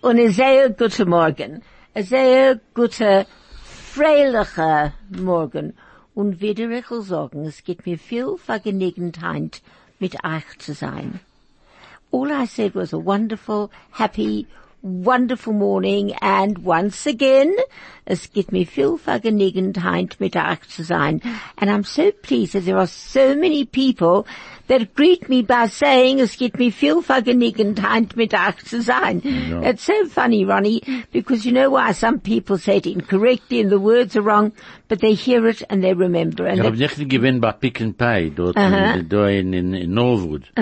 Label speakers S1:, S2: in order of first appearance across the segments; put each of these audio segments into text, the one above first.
S1: und ein sehr guter Morgen. Ein sehr guter, freilicher Morgen. Und wieder ich will sagen, es gibt mir viel Vergnügenheit, mit euch zu sein. All I said was a wonderful, happy, wonderful morning and once again, es gibt mir viel Vergnügenheit, mit euch zu sein. And I'm so pleased that there are so many people that greet me by saying, es gibt mir viel Vergnügenheit, mit euch zu sein.
S2: Yeah.
S1: It's so funny, Ronnie, because you know why some people say it incorrectly and the words are wrong, but they hear it and they remember. And
S2: Ich
S1: they-
S2: habe nicht gewinnt bei Pick and Pay, dort
S1: Aha.
S2: in, da in, in, in Norwood.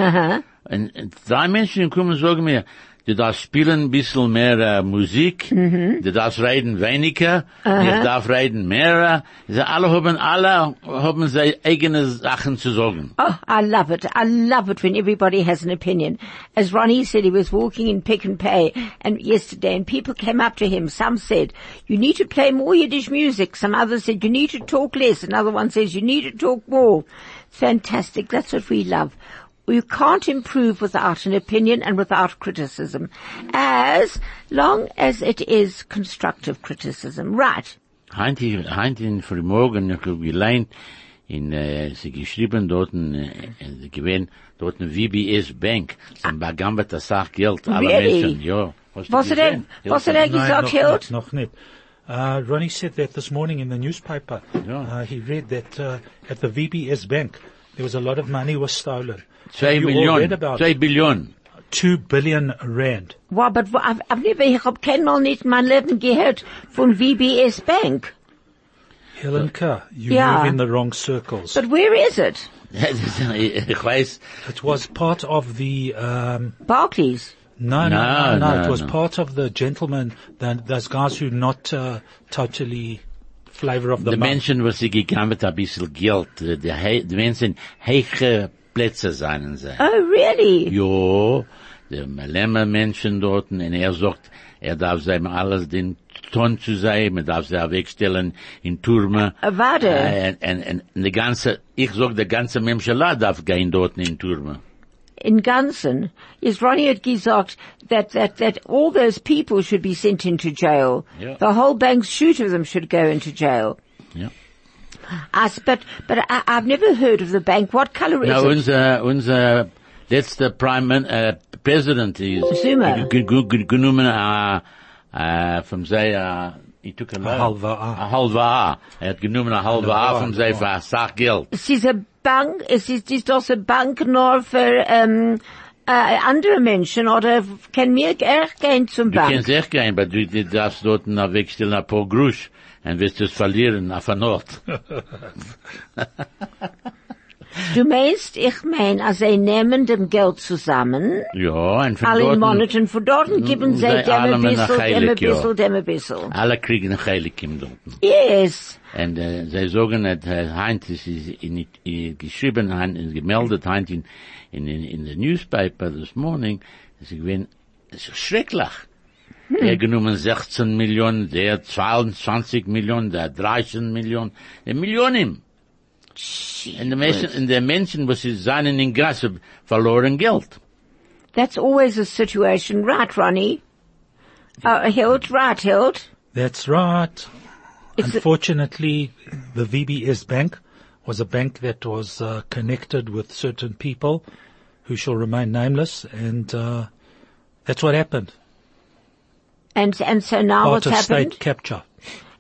S2: Und, und drei Menschen kommen und sagen mir, du darfst spielen ein bisschen mehr äh, Musik, du darfst reden weniger, ich darf reden mehr. Sie alle haben, alle haben sie eigene Sachen zu sagen.
S1: Oh, I love it. I love it when everybody has an opinion. As Ronnie said, he was walking in Pick and Pay and yesterday and people came up to him. Some said, you need to play more Yiddish music. Some others said, you need to talk less. Another one says, you need to talk more. Fantastic. That's what we love. You can't improve without an opinion and without criticism. As long as it is constructive criticism. Right.
S2: Heint, heint in Frühmorgen, ich habe gelernt, in, äh, sie geschrieben dort, äh, sie gewinnt dort in VBS Bank, sind bei Gambit das Sachgeld, alle
S1: Really?
S2: Menschen, ja. Hast du
S1: Was er denn-
S2: gesehen?
S1: was er denn-
S3: Nein,
S1: gesagt,
S3: noch
S1: Harold?
S3: nicht, noch nicht. Uh, Ronnie said that this morning in the newspaper.
S2: Yeah.
S3: Uh, he read that uh, at the VBS bank there was a lot of money was stolen.
S2: Zwei
S3: You all read
S2: Millionen,
S3: about
S2: zwei Billionen.
S3: two billion rand.
S1: Wow, but wa- I've, I've never, ich hab keinmal nicht in meinem Leben gehört von VBS Bank.
S3: Helen
S2: Uh,
S3: Kerr, you
S1: Yeah.
S3: move in the wrong circles.
S1: But where is it?
S2: ich weiß,
S3: It was part of the um,
S1: Barclays.
S3: no, no,
S2: No,
S3: no, no,
S2: no,
S3: It was
S2: no.
S3: part of the gentlemen, the, those guys who not uh, totally flavor of the,
S2: die
S3: month.
S2: Menschen, was sie gegangen mit ein bisschen Geld, äh, die, He- die Menschen, heiche Plätze seien sie.
S1: Oh, really?
S2: Jo, der Lämmer Menschen dort, und er sagt, er darf seinem alles den Ton zu sein, man darf sie auch wegstellen in Türme.
S1: Äh, warte.
S2: Äh, und, und, und die ganze, ich sag, der ganze Memschela darf gehen dort in Türme.
S1: In Gunson, is Ronnie had gesagt that, that, that all those people should be sent into jail.
S2: Yeah.
S1: The whole bank's shoot of them should go into jail.
S2: Ja.
S1: Us, but, but I, I've never heard of the bank. What color is
S2: Na,
S1: it?
S2: unser, unser letzter Prime, Min- äh, President ist
S1: Zuma.
S2: ge- ge- ge- ge- genommen, äh, äh, vom sei, äh, ich took a loan. Ah,
S3: halve A.
S2: A halve A. Er hat genommen a halve A
S3: A,
S2: vom sei
S3: ja.
S2: für ein Sachgeld.
S1: Es ist eine Bank, es ist, ist das eine Bank nur für, ähm, äh, andere Menschen oder kann mir auch gehen zum
S2: Du
S1: Bank?
S2: kennst echt keinen, aber du du darfst dort noch wegstellen ein paar Grusch. Und wirst es dus verlieren, eh, auf der Nord.
S1: Du meinst, ich mein, als sie nehmen dem Geld zusammen,
S2: Ja, und von
S1: Alle
S2: dort,
S1: Moneten von dort geben sie
S2: Sei
S1: dem ein
S2: allem nach
S1: bisschen, dem ein
S2: Heilig, ja.
S1: bisschen, dem ein bisschen.
S2: alle kriegen ein Heilikim dort.
S1: Yes.
S2: Und äh, sie sagen, dass äh, Heinz ist in, in, geschrieben, Heinz ist gemeldet, Heinz in, in, in, in the newspaper this morning, dass ich bin, es ist schrecklich. Er genommen 16 Millionen, der 22 Millionen, der 13 Millionen, der Millionen. Und die Menschen, und die Menschen, was sie seinen in Gasse, verloren Geld.
S1: That's always a situation, right, Ronnie? Uh, Hilt, right, Hilt.
S3: That's right.
S1: It's a-
S3: Unfortunately, the VBS Bank was a bank that was uh, connected with certain people who shall remain nameless, and uh, that's what happened.
S1: And, and so now
S3: Part
S1: Ah, what's
S3: of
S1: happened?
S3: state capture.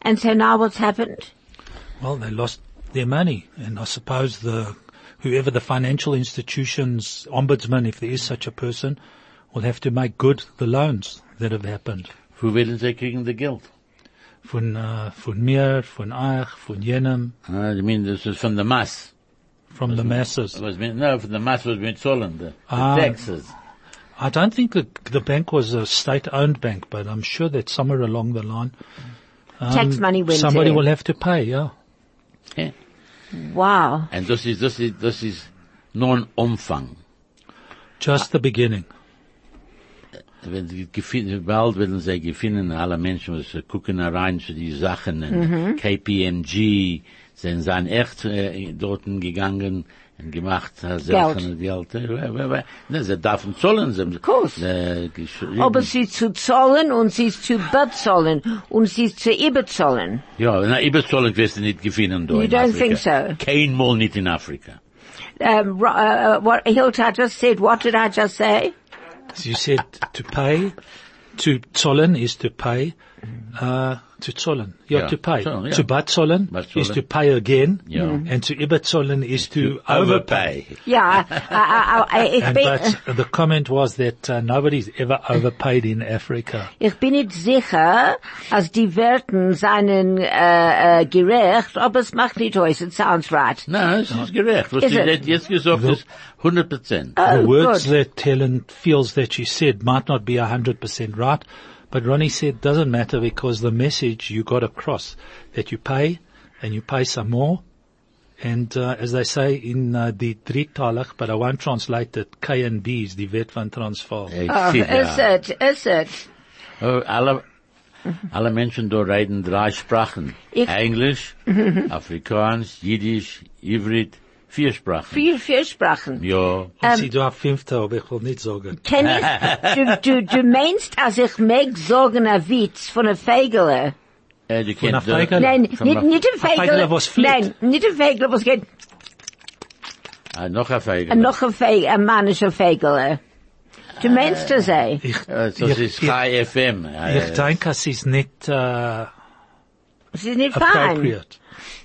S1: And so now what's happened?
S3: Well, they lost their money, and I suppose the whoever the financial institutions ombudsman, if there is such a person, will have to make good the loans that have happened.
S2: Wo werden sie kriegen das Geld?
S3: Von uh, von mir, von euch, von jenem,
S2: Ah, Ich meine, das ist von der Masse.
S3: from
S1: Mhm.
S3: the masses.
S2: Was mit, no, von der Masse, was mit Zollen, der
S3: Ah.
S2: Texas.
S3: I don't think the, the bank was a state-owned bank, but I'm sure that somewhere along the line,
S1: Tax money went
S3: Um, somebody
S1: in.
S3: will have to pay. Yeah,
S2: Ja.
S1: Wow.
S2: Und das ist, das ist, das ist nur ein Umfang.
S3: just the beginning.
S2: Wenn sie gefinden, bald werden sie
S1: Mhm.
S2: gefunden, alle Menschen, was sie gucken herein zu die Sachen, in KPMG, sind sein echt äh, dorten gegangen und gemacht äh,
S1: Geld.
S2: Sachen Geld. Geld. Ne, sie dürfen zollen, sie
S1: Of course.
S2: äh,
S3: Mm.
S2: geschrieben.
S1: Aber sie zu zahlen und sie zu bezahlen und sie zu überzahlen.
S2: ja, na, überzollen wirst du nicht gefunden da
S1: You
S2: in
S1: don't
S2: Afrika.
S1: think so?
S2: Kein Mal nicht in Afrika.
S1: Um, Ro- uh, uh, what Hilta just said, what did I just say?
S3: As you said, to pay, to zollen is to pay, uh, to zollen. Yeah,
S2: Yeah,
S3: to pay.
S2: zollen, yeah.
S3: To bazollen
S2: Bazollen.
S3: is to pay again.
S2: Yeah.
S1: Mm-hmm.
S2: Mhm.
S3: And to überzollen is to
S2: Overpay.
S3: overpay.
S1: Yeah, I, I, I, ich,
S3: And
S1: bin,
S3: but the comment was that uh, nobody's ever overpaid in Africa.
S1: ich bin nicht sicher, als die Werten seien äh, äh, gerecht, aber es macht nicht aus, it sounds right.
S2: Na, es ist gerecht. Was
S1: Is
S2: sie
S1: it?
S2: hat jetzt gesagt ist 100 Prozent.
S1: Oh,
S3: the words
S1: good.
S3: that Helen feels that she said might not be 100% right, but Ronnie said doesn't matter because the message you got across that you pay and you pay some more. And uh, as they say in uh, the Drittalig, but I won't translate it, K and B is the Wet van Transvaal.
S2: Eh. Äh,
S1: Oh, is it, is it?
S2: Oh, alle, alle Menschen da reden drei Sprachen.
S1: Ich- Mhm.
S2: Englisch, Afrikaans, Jiddisch, Ivrit, vier Sprachen.
S1: Vier, vier Sprachen.
S2: Ja.
S3: Um, Sie do a fünfte, aber ich will nicht sagen.
S1: Ken ich, du, du, du meinst, als ich mag sagen ein Witz von einem Fegele?
S2: Äh, die kennt
S3: nach Feigl-
S1: Nein,
S2: Von
S1: nicht,
S2: nach-
S1: nicht ein
S3: Fegele,
S1: Fegele.
S3: was fliegt.
S1: Nein, nicht ein Fegele, was geht,
S2: Ah, noch ein Feigl.
S1: Und noch ein Fegele, ein mannischer Fegele. Du meinst das, ey?
S3: Ich,
S2: Äh, so
S3: ich,
S2: es ist
S3: ich,
S2: Chai FM. Äh,
S3: ich denke, es ist nicht uh,
S1: Es ist nicht fein.
S3: appropriate.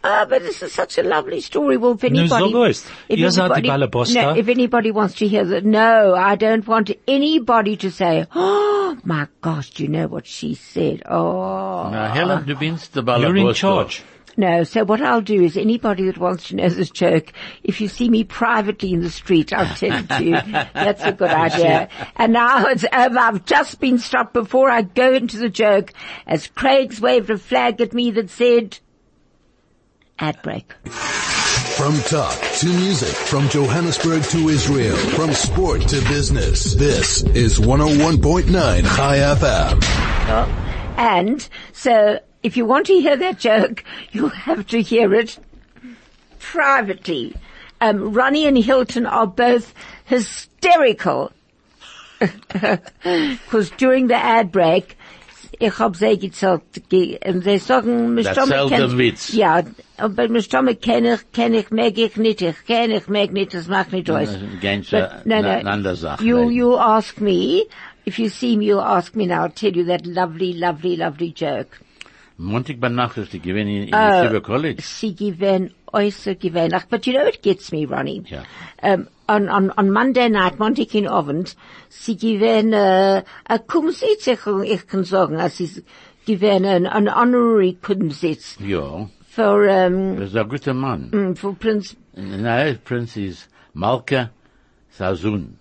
S1: Ah, but this is such a lovely story. Well, if anybody,
S3: so goes.
S1: if
S3: Here's how the
S1: anybody-
S3: Balabosta-
S1: no, if anybody wants to hear that, no, I don't want anybody to say, oh my gosh, do you know what she said? Oh.
S2: Na, äh, Helen, du bist der
S3: Ah. You're
S2: Ballabosta.
S3: in charge.
S1: No, so what I'll do is anybody that wants to know this joke, if you see me privately in the street, I'll tell it to you. That's a good idea. And now it's over. I've just been stopped before I go into the joke as Craig's waved a flag at me that said, ad break.
S4: From talk to music, from Johannesburg to Israel, from sport to business. This is 101.9 High FM.
S1: And so if you want to hear that joke, you have to hear it privately. Um, Ronnie and Hilton are both hysterical. Because during the ad break, ich hab sie gezahlt, ge- und sie sagen, mich
S2: Das
S1: Tomme
S2: zählt
S1: kennt-
S2: der Witz.
S1: Ja, oh, aber mich Tomme kenn ich, kenn ich, mag ich nicht, ich kenn ich, mag nicht, das macht nicht
S2: Äh,
S1: aus.
S2: Ganz
S1: But, no, no.
S2: andere Sache.
S1: You, you ask me, if you see me, you ask me and I'll tell you that lovely, lovely, lovely joke.
S2: Montag bei Nacht ist die gewinn in, in
S1: Ah.
S2: uh, Silver College.
S1: Sie given, äußer given. Ach, But you know it gets me, Ronnie.
S2: Yeah.
S1: Um, on, on, on Monday night, Montague Abend, sie given, uh, a Kumsitzung, ich kann sagen, als sie given an, an honorary Kumsitz
S2: Ja,
S1: for, um,
S2: das ist ein guter Mann.
S1: for Prince,
S2: Nein, Prinz ist Malka Sazun.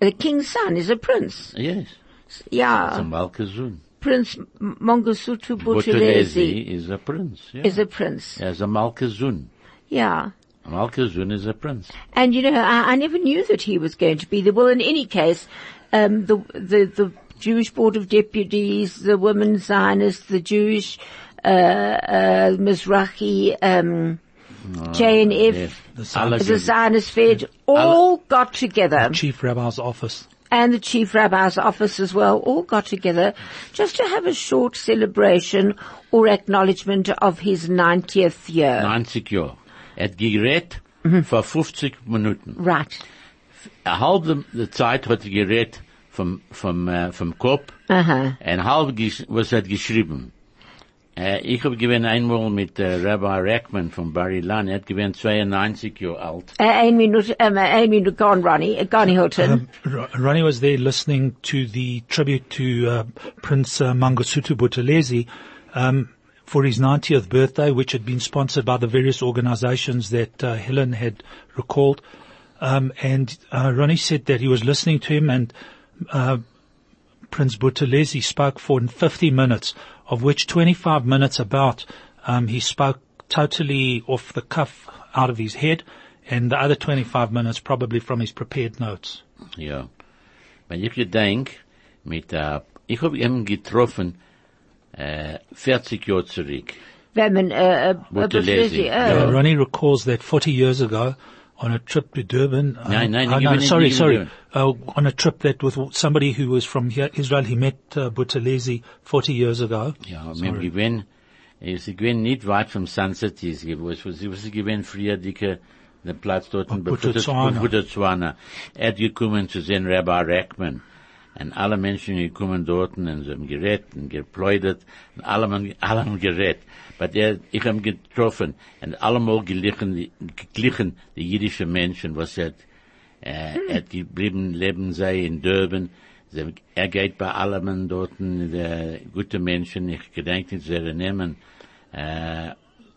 S1: the king's son is a prince.
S2: Yes,
S1: Yeah.
S2: it's a Malka Zun.
S1: Prince M- Mangosuthu Buthelezi
S2: Buthelezi is a prince. Yeah.
S1: is a prince.
S2: As a Malka Zun.
S1: Yeah.
S2: Malka Zun is a prince.
S1: And you know, I, I never knew that he was going to be there. Well, in any case, um, the, the, the Jewish Board of Deputies, the women Zionists, the Jewish, uh, uh, Mizrahi, um, JNF,
S2: Yes.
S3: Alle
S1: the Zionist Fed, all got together
S3: Chief Rabbi's office.
S1: and the chief rabbi's office as well all got together just to have a short celebration or acknowledgement of his 90th year.
S2: 90 Jahre. Er hat gerät
S1: Mhm.
S2: vor 50 Minuten.
S1: Right.
S2: Halb de, de Zeit hat er gerät vom, vom, äh, vom Kopf.
S1: Uh-huh.
S2: En halb gesch- was er hat geschrieben. Äh, ich habe gewinn einmal mit äh, Rabbi Rackman von Barry Lan, er hat gewinn 92 Jahre alt.
S1: Uh, Ein Minute, um, uh, ein Minute, gone Ronnie, uh, gone Hilton.
S3: Um, R- Ronnie was there listening to the tribute to uh, Prince uh, Mangosuthu Buthelezi um, for his 90th birthday, which had been sponsored by the various organisations that uh, Helen had recalled. Um, and uh, Ronnie said that he was listening to him, and uh, Prince Buthelezi spoke for 50 minutes, of which 25 minutes about um, he spoke totally off the cuff, out of his head. And the other 25 minutes probably from his prepared notes.
S2: Ja. Wenn ich gedenk, mit, äh, ich habe ihn getroffen, äh, 40 Jahre zurück.
S1: wenn man äh, äh, Buthelezi,
S2: Buthelezi. Ja.
S1: äh,
S3: Uh, Ronnie recalls that 40 years ago, on a trip to Durban, uh,
S2: No, no,
S3: uh,
S2: no, you wouldn't-
S3: sorry,
S2: you
S3: sorry,
S2: wouldn't.
S3: uh, on a trip that with somebody who was from here, Israel, he met uh, Buthelezi 40 years ago.
S2: Ja,
S3: Sorry.
S2: mir gewinn, äh, sie gewinn nicht weit vom Sunset, die es gewusst, wo sie, wo sie gewinn früher dicke, der Platz dort in
S3: Auf Botswana.
S2: Butazwana. Er hat gekommen zu sehen Rabbi Rackman. Und alle Menschen gekommen dort und sie haben gerät und gepläudert und alle haben, alle haben gerät. Aber er, ich habe getroffen und allemal glichen, die- glichen die jüdische Menschen, was er äh, hat geblieben, leben sei in Durban. Sie- Er geht bei allem dort, der gute Menschen, ich gedenke nicht zu erinnern, äh,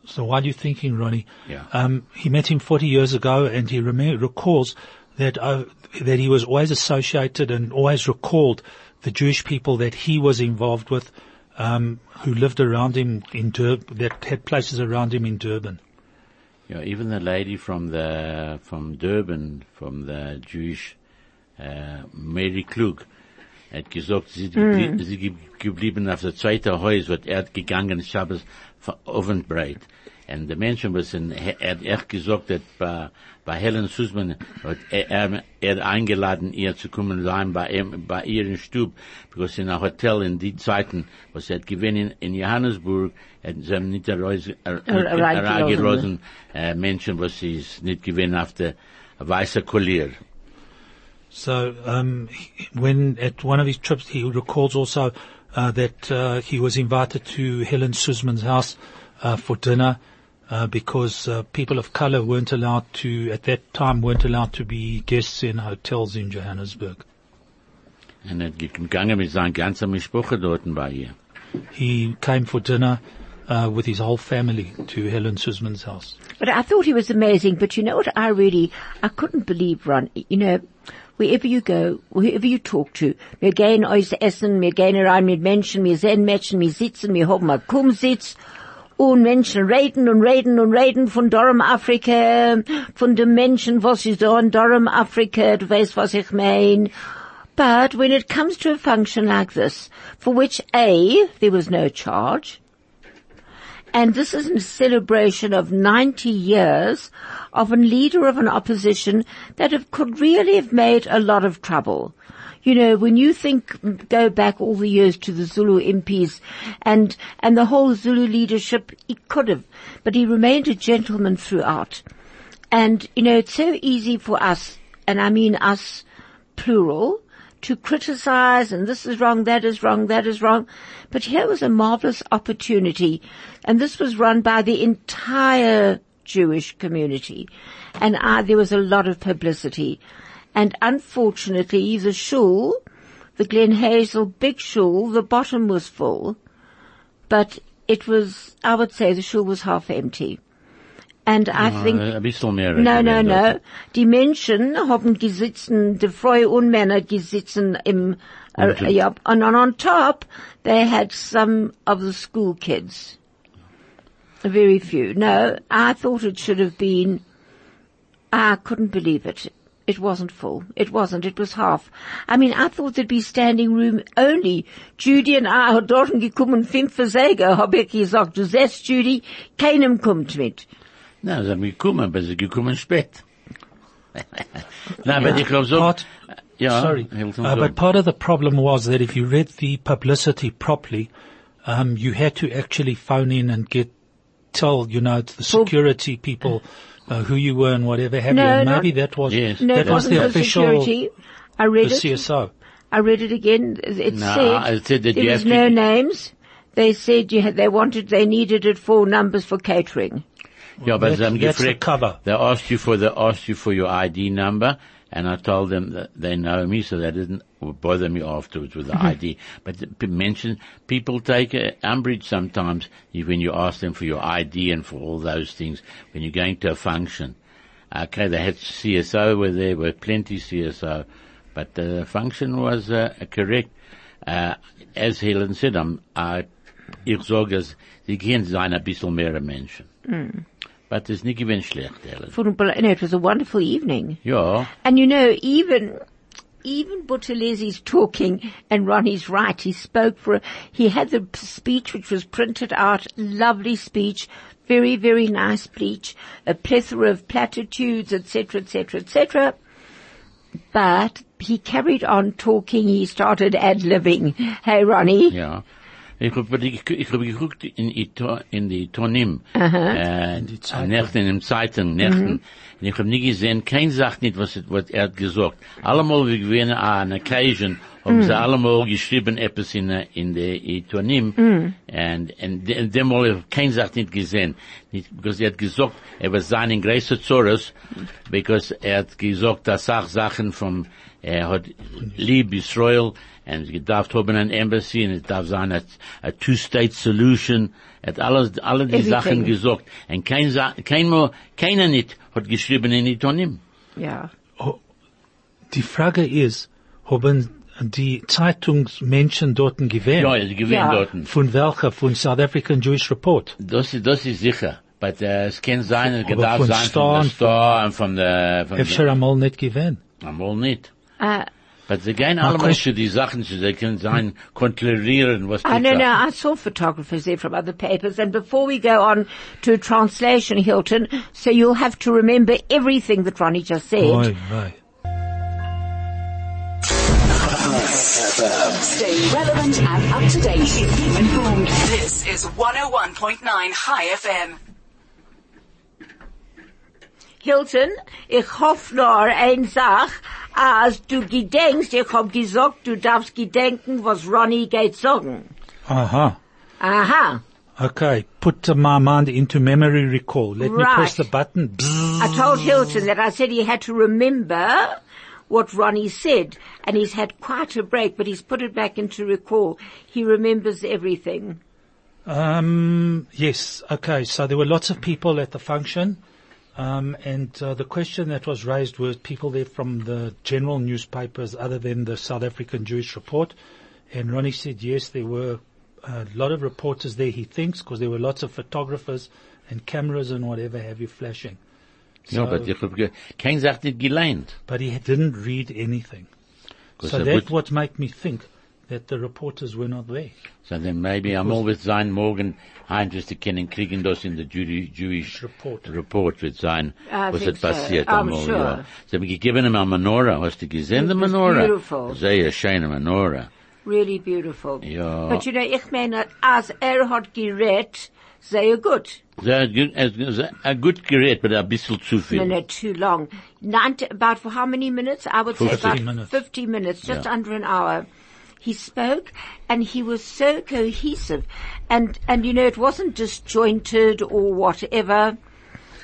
S3: So while you're thinking, Ronnie,
S2: Yeah.
S3: um, he met him 40 years ago and he remem- recalls that, uh, that he was always associated and always recalled the Jewish people that he was involved with, um, who lived around him in Durban, that had places around him in Durban.
S2: Yeah, even the lady from the from Durban, from the Jewish uh, Mary Klug, Er hat gesagt, sie ist geblie- sie ge geblieben auf der zweite Haus, wird er hat gegangen Shabbos für Abendbreit. And the Menschen was in, er hat echt gesagt, dass bei, bei Helen Sussman hat er, er, er eingeladen, ihr zu kommen sein bei ihm, bei ihr in Stub, because in a hotel in die Zeiten, was er hat gewinnen in Johannesburg, hat sie haben nicht erreis- er-
S1: Er-
S2: reingelassen, äh, Menschen, was sie es nicht gewinnen auf der weiße Kollier.
S3: So um, he- when at one of his trips, he recalls also uh, that uh, he was invited to Helen Suzman's house uh, for dinner uh, because uh, people of colour weren't allowed to, at that time, weren't allowed to be guests in hotels in Johannesburg.
S2: Und er hat gegangen mit seinen ganzen Mischbuche dort bei ihr.
S3: He came for dinner uh, with his whole family to Helen Suzman's house.
S1: But I thought he was amazing. But you know what? I really, I couldn't believe Ron. You know, wherever you go, whoever you talk to, wir gehen aus essen, wir gehen rein mit Menschen, wir sehen Menschen, wir sitzen, wir haben einen Kummsitz. Und Menschen reden und reden und reden von Durham, Afrika, von den Menschen, was sie so in Durham, Afrika, du weißt, was ich meine. But when it comes to a function like this, for which A, there was no charge, and this is a celebration of 90 years of a leader of an opposition that have, could really have made a lot of trouble. You know, when you think, go back all the years to the Zulu MPs and, and the whole Zulu leadership, he could have, but he remained a gentleman throughout. And, you know, it's so easy for us, and I mean us, plural, to criticize and this is wrong, that is wrong, that is wrong. But here was a marvelous opportunity and this was run by the entire Jewish community. And I, there was a lot of publicity. And unfortunately, the shul, the Glen Hazel big shul, the bottom was full, but it was, I would say the shul was half empty. And I think
S2: Äh, Ein bisschen mehr.
S1: No, no,
S2: gewesen dort.
S1: no. Die Menschen haben gesitzen, die Frau und Männer gesitzen im, äh,
S2: Unten.
S1: ja, and on, on top, they had some of the school kids. Very few. No, I thought it should have been, I couldn't believe it. It wasn't full. It wasn't. It was half. I mean, I thought there'd be standing room only. Judy and I had dort gekommen, fünf Versäger, hab ich gesagt, du sehst, Judy, keinem kommt mit.
S2: Na, sie haben gekommen, aber sie gekommen spät. Na, aber ich glaube so.
S3: Part-
S2: ja,
S3: Sorry.
S2: Hilton
S3: Uh,
S2: so.
S3: but part of the problem was that if you read the publicity properly, um, you had to actually phone in and get, tell, you know, to the
S1: Well-
S3: security people uh, who you were and whatever have
S1: No,
S3: you. And
S1: no.
S3: maybe that was,
S2: Yes.
S1: No,
S3: that
S1: it
S3: was
S1: wasn't
S3: the
S1: for
S3: official, the
S1: security. I read it.
S3: CSO.
S1: I read it again. It
S2: No,
S1: said,
S2: it said that
S1: there
S2: you
S1: was
S2: have
S1: no
S2: to-
S1: names. They said you had, they wanted, they needed it for numbers for catering.
S2: ja, aber sie
S3: That-
S2: haben
S3: that's the
S2: gefragt.
S3: cover.
S2: um, They asked you for, they asked you for your ID number, and I told them that they know me, so they didn't bother me afterwards with the
S3: Mm-hmm.
S2: ID. But the p- mention, people take uh, umbrage sometimes if- when you ask them for your ID and for all those things when you're going to a function. Okay, they had CSO were there, were plenty CSO, but the function was uh, correct. Uh, as Helen said, I'm, I, ich sage es, sie können sein ein bisschen mehr Menschen. But es ist nicht gewinn schlecht, Helen.
S1: For, no, it was a wonderful evening.
S2: Ja,
S1: And you know, even even Buthelezi is talking and Ronnie's right. He spoke for, he had the p- speech which was printed out, lovely speech, very, very nice speech, a plethora of platitudes, etc., etc., etc. But he carried on talking, he started ad-libbing. Hey Ronnie,
S2: Ja. Ich hab, ich, ich hab geguckt in, Ito- in die Tonim, äh, in die
S3: Zeitung.
S2: Nächten, in Zeitung, Nächten. Und ich hab nie gesehen, kein sagt nicht, was, es- was er hat gesagt. Allemal, wie gewesen, an Occasion, haben sie allemal geschrieben, etwas in, äh, in die Tonim. Äh, Und, und de- demal, hab kein sagt nicht gesehen. Nicht, because er hat gesagt, er war sein in größer Zorres, because er hat gesagt, dass auch Sachen vom, er hat lieb Israel, and es darf haben an Embassy, and es darf sein a, a two-state solution, hat alles, alle die
S1: Everything.
S2: Sachen gesagt. Und kein, Sa- kein Mal, keiner nicht hat geschrieben in die Tonim.
S1: ja.
S3: Die Frage ist, haben die Zeitungsmenschen dort gewählt?
S2: Ja, es gewinnt
S1: Ja.
S2: dort.
S3: Von welcher? Von South African Jewish Report?
S2: Das ist, das ist sicher. But, äh, es kann sein, es
S3: Aber
S2: darf
S3: von
S2: sein von der
S3: Star-
S2: Star und von der, von
S3: Efter
S2: der,
S3: einmal nicht gewählt.
S2: einmal nicht.
S1: Uh,
S2: But sie gehen alle
S3: Chris-
S2: zu die Sachen, zu- sie können sein, kontrollieren, was die
S1: I know,
S2: Sachen-
S1: Oh, no, I saw photographers there from other papers. And before we go on to translation, Hilton, so you'll have to remember everything that Ronnie just said.
S3: Oi, oi.
S5: Stay relevant and up to date. Keep informed. This is 101.9 High FM.
S1: Hilton, ich hoffe nur eine Sache, als du gedenkst, ich hab gesagt, du darfst gedenken, was Ronnie geht sagen.
S3: Aha.
S1: Aha.
S3: Okay, put uh, my mind into memory recall. Let me
S1: Right.
S3: press the button. Bzzz.
S1: I told Hilton that I said he had to remember what Ronnie said, and he's had quite a break, but he's put it back into recall. He remembers everything.
S3: Um, yes, okay, so there were lots of people at the function. Um, and uh, the question that was raised was people there from the general newspapers other than the South African Jewish Report. And Ronnie said, yes, there were a lot of reporters there, he thinks, because there were lots of photographers and cameras and whatever have you flashing.
S2: Ja, but ich hab, ge- kein sagt nicht gelernt.
S3: But he didn't read anything. So
S2: er
S3: that
S2: wird-
S3: what made me think that the reporters were not there.
S2: So then maybe I'm always sein morgen Heinrich zu kennen kriegen das in der Jew Jewish
S3: Report.
S2: Report wird sein,
S1: I
S2: was
S1: think
S2: hat
S1: so.
S2: passiert
S1: I'm
S2: einmal,
S1: oh, sure.
S2: ja. Sie haben gegeben ihm eine Menorah, hast du gesehen, die
S1: was
S2: Menorah?
S1: beautiful.
S2: Sehr schöne Menorah.
S1: Really beautiful.
S2: Ja.
S1: But you know, ich meine, als er hat gerät, sehr gut.
S2: Sehr gut, es- sehr- ein gut gerät, aber ein bisschen zu viel.
S1: minute too long. Ninety, about for how many minutes? I would say
S2: 50
S1: about
S3: minutes.
S1: 50 minutes, just
S2: Yeah.
S1: under an hour. He spoke and he was so cohesive and, and you know, it wasn't disjointed or whatever.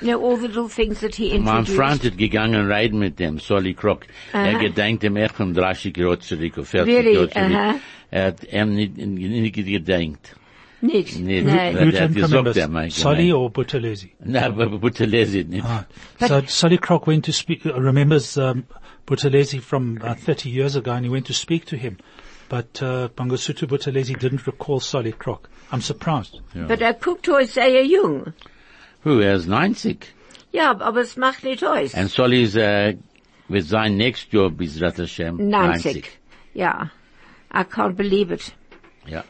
S1: You know, all the little things that he
S2: Mein
S1: introduced.
S2: Freund hat gegangen reiten mit dem, Solly Crock. Er gedenkt ihm echt von 30 Jahren zurück, auf 40
S1: Really?
S2: Jahren zurück.
S1: Aha.
S2: Er hat ihm nicht, nicht gedenkt.
S1: Nicht.
S2: Nicht.
S1: Nein.
S2: That-
S3: Who
S2: that
S3: then
S2: is
S3: remembers?
S2: up there, Mike,
S3: Solly
S2: right?
S3: or Buthelezi?
S2: Na, aber Buthelezi nicht.
S3: Ah, so Solly Crock went to speak, uh, remembers um, Buthelezi from uh, 30 years ago and he went to speak to him. But uh, Bangosutu Buthelezi didn't recall Solly Crock. I'm surprised.
S1: But er guckt euch sehr jung.
S2: Who, er ist 90.
S1: Ja, aber es macht nicht aus.
S2: And Solly is, uh, with sein next job is Rat Hashem
S1: 90. Yeah. I can't believe it.
S2: Yeah.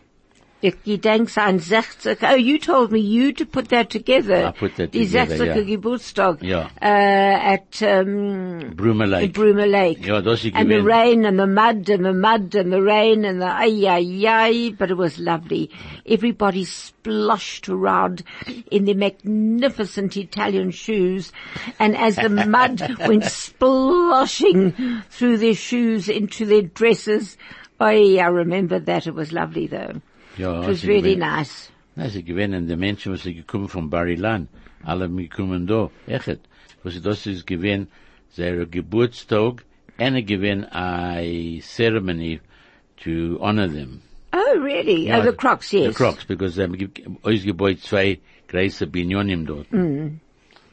S1: Ich gedenk sein 60. Oh, you told me you to put that together.
S2: I put that
S1: Die
S2: together,
S1: 60.
S2: yeah.
S1: Geburtstag.
S2: Yeah.
S1: Uh, at, um,
S2: Bruma
S1: at
S2: Lake.
S1: Bruma Lake.
S2: Ja, das ist
S1: And the
S2: gewesen.
S1: rain and the mud and the mud and the rain and the ay ay ay, but it was lovely. Everybody splashed around in their magnificent Italian shoes, and as the mud went splashing through their shoes into their dresses, ay, I remember that. It was lovely though.
S2: Ja,
S1: It was
S2: sie
S1: really
S2: gewinnen-
S1: nice.
S2: Na, sie Nou, gewinnen, die Menschen, was sie gekommen von Barilan. Alle haben gekommen da. Echt. Was sie das ist gewinnen, their Geburtstag, and a gewinn, a ceremony to honor them.
S1: Oh, really? oh, the Crocs, yes.
S2: The Crocs, because they haben ausgebeut zwei große Binyonim dort.
S1: Mm.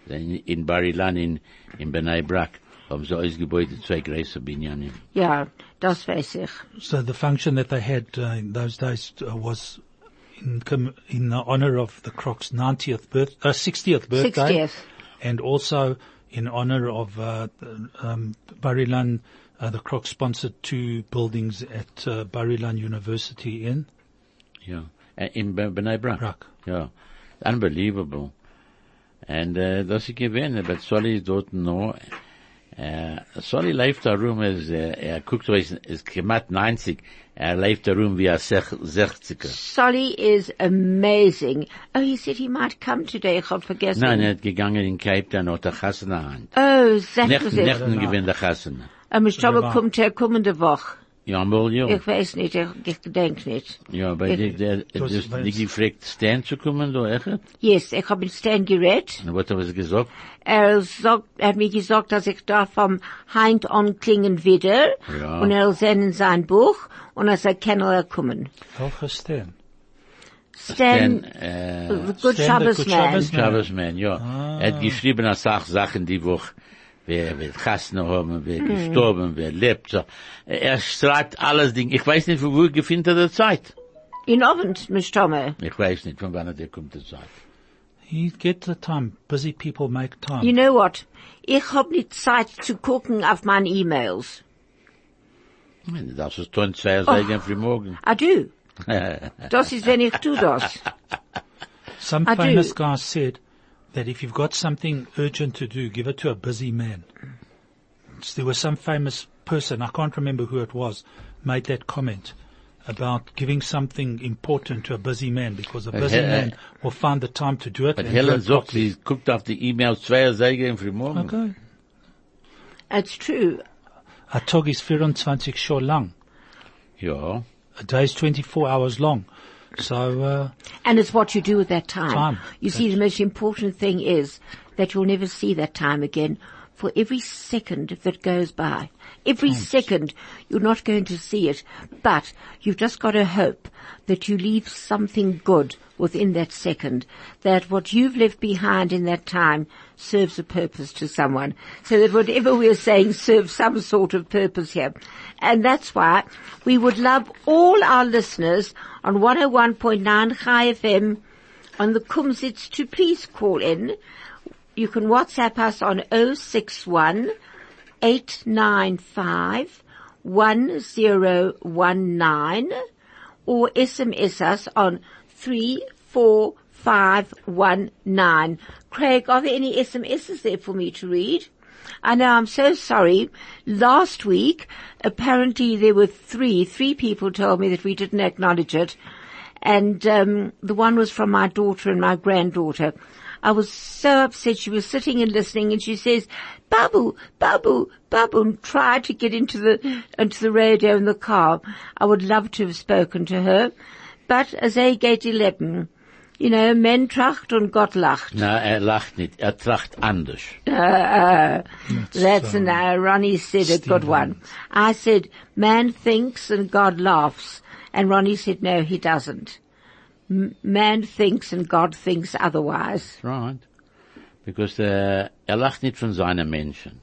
S2: In, in Barilan, in, in Benai Brak, haben sie ausgebeut zwei große Binyonim.
S1: Yeah, das weiß ich.
S3: So the function that they had uh, in those days uh, was in, com- in the honor of the Croc's 90th birth, uh, 60th birthday.
S1: 60th.
S3: And also in honor of uh, um, Barilan. Uh, the Croc sponsored two buildings at uh, Barilan University in
S2: yeah. Uh, In Be- Bnei Brak.
S3: Brak.
S2: Yeah. Unbelievable. And, uh, das ist gewähne, but Solly ist dort noch, äh, Solly läuft da rum, es, äh, er guckt, es ist gemacht 90, er läuft da rum wie ein Sech- 60er.
S1: Solly is amazing. Oh, he said he might come today. Ich hab vergessen.
S2: Nein, er hat gegangen in Cape Town, hat der Chassene an.
S1: Oh, that was
S2: Nechten,
S1: it.
S2: Nechten gewinnt der Chassene.
S1: Ähm, ich glaube,
S3: Wunderbar.
S1: kommt er kommende Woche.
S2: Ja, mal, ja.
S1: Ich weiß nicht, ich, ich denk nicht.
S2: Ja, aber
S1: Ich-
S2: die, der,
S3: Das
S2: das,
S3: weiß-
S2: die gefragt, Stan zu kommen, da, echt?
S1: Yes, ich hab mit Stan gerät.
S2: Und was hat er gesagt?
S1: Er sagt, er hat mir gesagt, dass ich darf vom Heint anklingen wieder.
S2: Ja.
S1: Und er sehen in sein Buch. Und er sagt, kann er kommen.
S3: Helgestan.
S1: Stan,
S2: äh,
S1: Good
S3: Stan, the
S1: Shabbos
S3: Good
S1: man.
S3: Shabbos
S2: Shabbos Man, ja. Er hat geschrieben als Sach Sachen die Woche. Wer wird Kassen haben, wer gestorben, wer lebt. So. Er schreibt alles Ding. Ich weiß nicht, von wo gefunden der Zeit.
S1: In Abend, Miss Tomme.
S2: Ich weiß nicht, von wann der kommt der Zeit.
S3: You get the time. Busy people make time.
S1: You know what? Ich hab nicht Zeit zu gucken auf meine E-Mails.
S2: Ich meine, Das ist tun zwei Seiten früh morgen.
S1: I do. Ah, Das ist, wenn ich tu das.
S3: Some
S1: I do.
S3: famous guy said that if you've got something urgent to do, give it to a busy man. So there was some famous person, I can't remember who it was, made that comment about giving something important to a busy man because a busy
S2: Hel-
S3: man will find the time to do it.
S2: Uh, But
S3: and do
S2: Helen
S3: it
S2: sagt,
S3: properly.
S2: sie guckt auf die E-Mails zwei Seiten früh morgen.
S3: Okay.
S1: It's true.
S3: A tog is 24 Shaw long.
S2: Ja.
S3: A day is 24 hours long. So, uh,
S1: And it's what you do with that time.
S3: Time.
S1: You see, the most important thing is that you'll never see that time again. For every second that goes by, every second, you're not going to see it. But you've just got to hope that you leave something good within that second. That what you've left behind in that time serves a purpose to someone. So that whatever we're saying serves some sort of purpose here. And that's why we would love all our listeners on 101.9 High FM on the Kumsitz to please call in. You can WhatsApp us on 061 895 1019 or SMS us on 34519. Craig, are there any SMSs there for me to read? I know, I'm so sorry. Last week, apparently there were three, three people told me that we didn't acknowledge it. And, um, the one was from my daughter and my granddaughter. I was so upset. She was sitting and listening and she says, Babu, Babu, Babu, and tried to get into the, into the radio in the car. I would love to have spoken to her. But as a gate 11, you know, men tracht und Gott lacht.
S2: Na, er lacht nicht. Er tracht anders.
S1: That's an uh, Ronnie said a good one. I said, man thinks and God laughs. And Ronnie said, no, he doesn't. M- man thinks and God thinks otherwise.
S2: Right. Because, äh, er lacht nicht von seinen Menschen.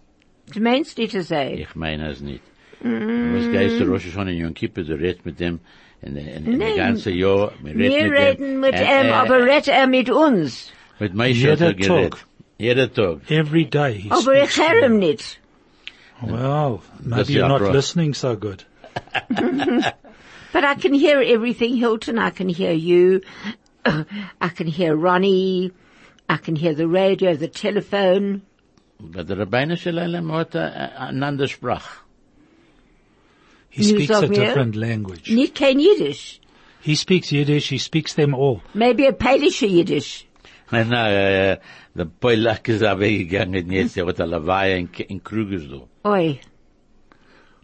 S1: Du meinst nicht, dass er-
S2: Ich meine es nicht. Mm. Was geist der Rosh Hashanah in Yom Kippur, du redest mit dem, in, in, in
S1: Nein.
S2: das ganze Jahr, wir
S1: Wir reden mit
S2: Uh,
S1: ihm, aber redet er mit uns.
S2: Äh, mit Moshe hat
S3: Jeder
S2: er geredet.
S3: Tag.
S2: Jeder Tag.
S3: every day he
S1: Aber ich
S3: speaks to
S1: höre ihn nicht.
S3: Well,
S2: That's
S3: maybe you're
S2: the
S3: not
S2: opera.
S3: listening so good.
S1: But I can hear everything, Hilton. I can hear you. I can hear Ronnie. I can hear the radio, the telephone.
S2: But der Rabbeinu Shalom hat äh, einander sprach.
S3: He
S1: You
S3: speaks a
S1: talk here?
S3: different language.
S1: Nicht kein Yiddish.
S3: He speaks Yiddish, he speaks them all.
S1: Maybe a Polish Yiddish.
S2: Na, na, äh, der Poilak ist er weggegangen jetzt, er hat alle Weihe in, in Krugersdorf.
S1: Oi.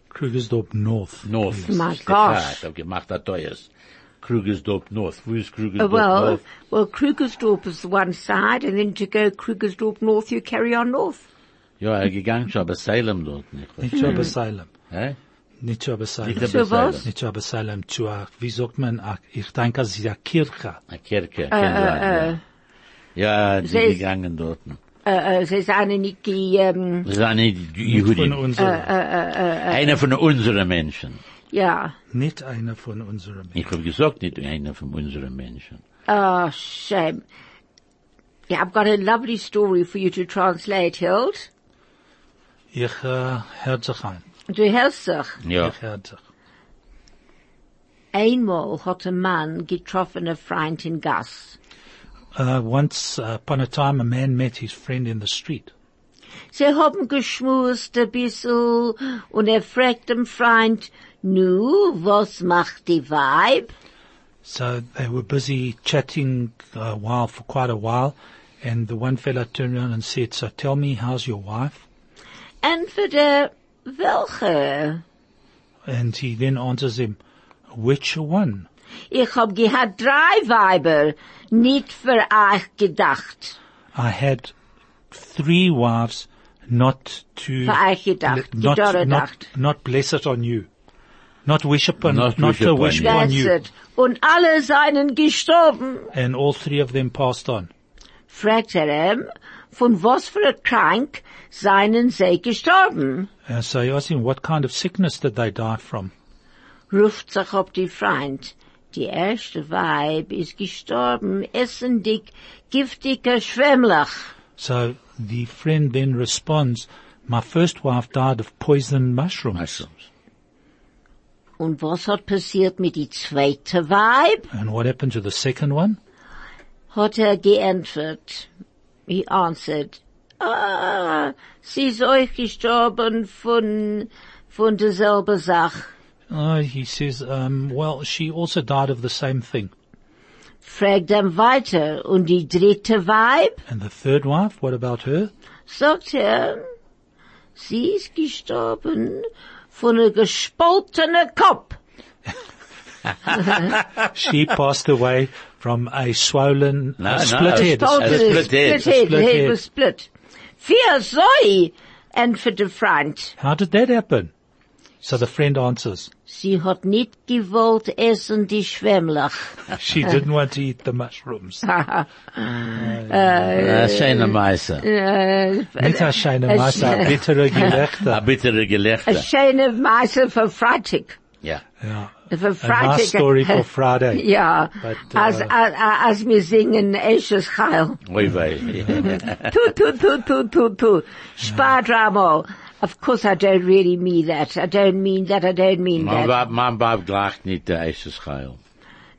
S3: Krugersdorp North.
S2: North.
S1: My
S2: ist der Tag.
S1: Oh gosh.
S2: Ich hab gemacht, das teuerst. Krugersdorf North. Wo
S1: Uh,
S2: ist Krugersdorf
S1: well,
S2: North?
S1: well, Krugersdorp is the one side, and then to go Krugersdorp north, you carry on north.
S2: Ja, er gegangen schon, aber Salem dort nicht.
S3: Nicht zu Abasylum.
S2: Hä?
S3: Nicht zu Abasylum.
S2: Nicht
S1: So was?
S3: Nicht zu Abasylum, zu a, wie sagt man, a, ich denke, es ist a Kirche.
S2: A Kirche, kann sein, ja.
S1: Ah,
S2: Ja, die nou.
S1: Ze is-
S2: gegangen dort.
S1: Uh, uh, there's eine Niki, um,
S2: Das sind nicht
S3: Nicht von
S2: Juden.
S3: unseren.
S2: Einer von unseren Menschen.
S1: yeah.
S3: Nicht einer von unseren.
S2: Ich habe gesagt, nicht einer von unseren Menschen.
S1: Oh, shame. Yeah, I've got a lovely story for you to translate, Hilt.
S3: Ich, äh, hört sich ein.
S1: Du hörst doch.
S2: Ja.
S3: Ich hört sich.
S1: Einmal hat ein Mann getroffen einen Freund in Gas.
S3: Uh, once upon a time, a man met his friend in the street.
S1: Sie haben geschmust ein bissel und er fragt dem Freund, nu, was macht die Weib?
S3: So they were busy chatting a while, for quite a while, and the one fella turned around and said, so tell me, how's your wife?
S1: Entweder, welche?
S3: And he then answers him, which one?
S1: Ich hab gehad drei Weiber, nicht für euch gedacht.
S3: I had three wives, not to
S1: Für euch gedacht,
S3: not,
S1: gedorre
S3: not,
S1: dacht.
S3: not bless it on you, not wish upon,
S2: Not
S3: not,
S2: wish
S3: to
S2: upon
S3: wish
S2: you.
S3: upon
S1: That's
S3: you.
S1: it. Und alle seien gestorben.
S3: And all three of them passed on.
S1: fragt er ihm, von was für ein Krank seien sie gestorben?
S3: And so he asked him, what kind of sickness did they die from?
S1: Ruft sich ob die Freund. Die erste Weib ist gestorben, essendig, giftiger Schwemmlach.
S3: So the friend then responds, my first wife died of poisoned mushrooms.
S2: Mushrooms.
S1: Und was hat passiert mit die zweite Weib?
S3: And what happened to the second one?
S1: Hat er geantwortet. He answered, ah, sie ist euch gestorben von, von derselben Sache.
S3: Uh, he says, um, well, she also died of the same thing.
S1: Fragt er weiter, und die dritte Weib?
S3: And the third wife, what about her?
S1: sagt er, sie ist gestorben von einem gespaltenen Kopf.
S3: She passed away from a swollen,
S2: No,
S3: uh,
S2: no,
S3: split
S2: a
S3: head.
S2: swollen-
S1: Spalten-
S2: split head.
S1: Split
S3: Split
S1: head,
S3: head.
S1: was split. Vier Säu and für den Freund.
S3: How did that happen? So the friend answers,
S1: Sie hat nicht gewollt essen die Schwemmlach.
S3: she didn't want to eat the mushrooms.
S1: Eh,
S2: Äh, schöne Meister.
S3: Nicht a shame, nice, a bittere
S2: Ein
S3: Gelächter.
S2: bitterer
S1: Eine
S2: Gelächter.
S1: schöne Meise für Freitag.
S2: Ja.
S3: Yeah.
S1: Für
S3: A nice
S1: Freitag.
S3: story for Friday.
S1: Ja,
S3: But,
S1: als,
S3: uh,
S1: als, als wir singen, Esches Heil.
S2: Oi wei.
S1: Tut, tut, tut, tut, tut, tut. Spar Ramo. Of course I don't really mean that. I don't mean that. I don't mean
S2: Man
S1: that.
S2: war, man war gleich nicht der erste Schail.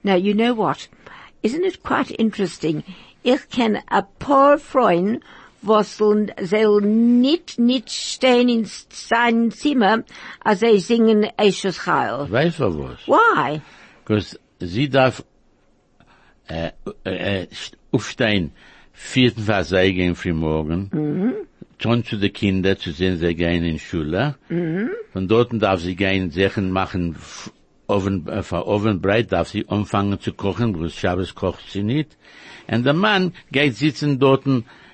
S1: Now, you know what? Isn't it quite interesting? Ich kenne a paar Freunde, was soll nicht, nicht stehen in sein Zimmer, er als sie singen Eishes Heil.
S2: Weiß er was?
S1: Why?
S2: Because sie darf, äh, äh, aufstehen, vierten Versäge im Frühmorgen, tun zu den Kindern, zu sehen, sie gehen in Schule, von dort darf sie gehen, Sachen machen, f- Oven, äh, für Ovenbreit darf sie anfangen zu kochen, weil Schabes kocht sie nicht. Und der Mann geht sitzen dort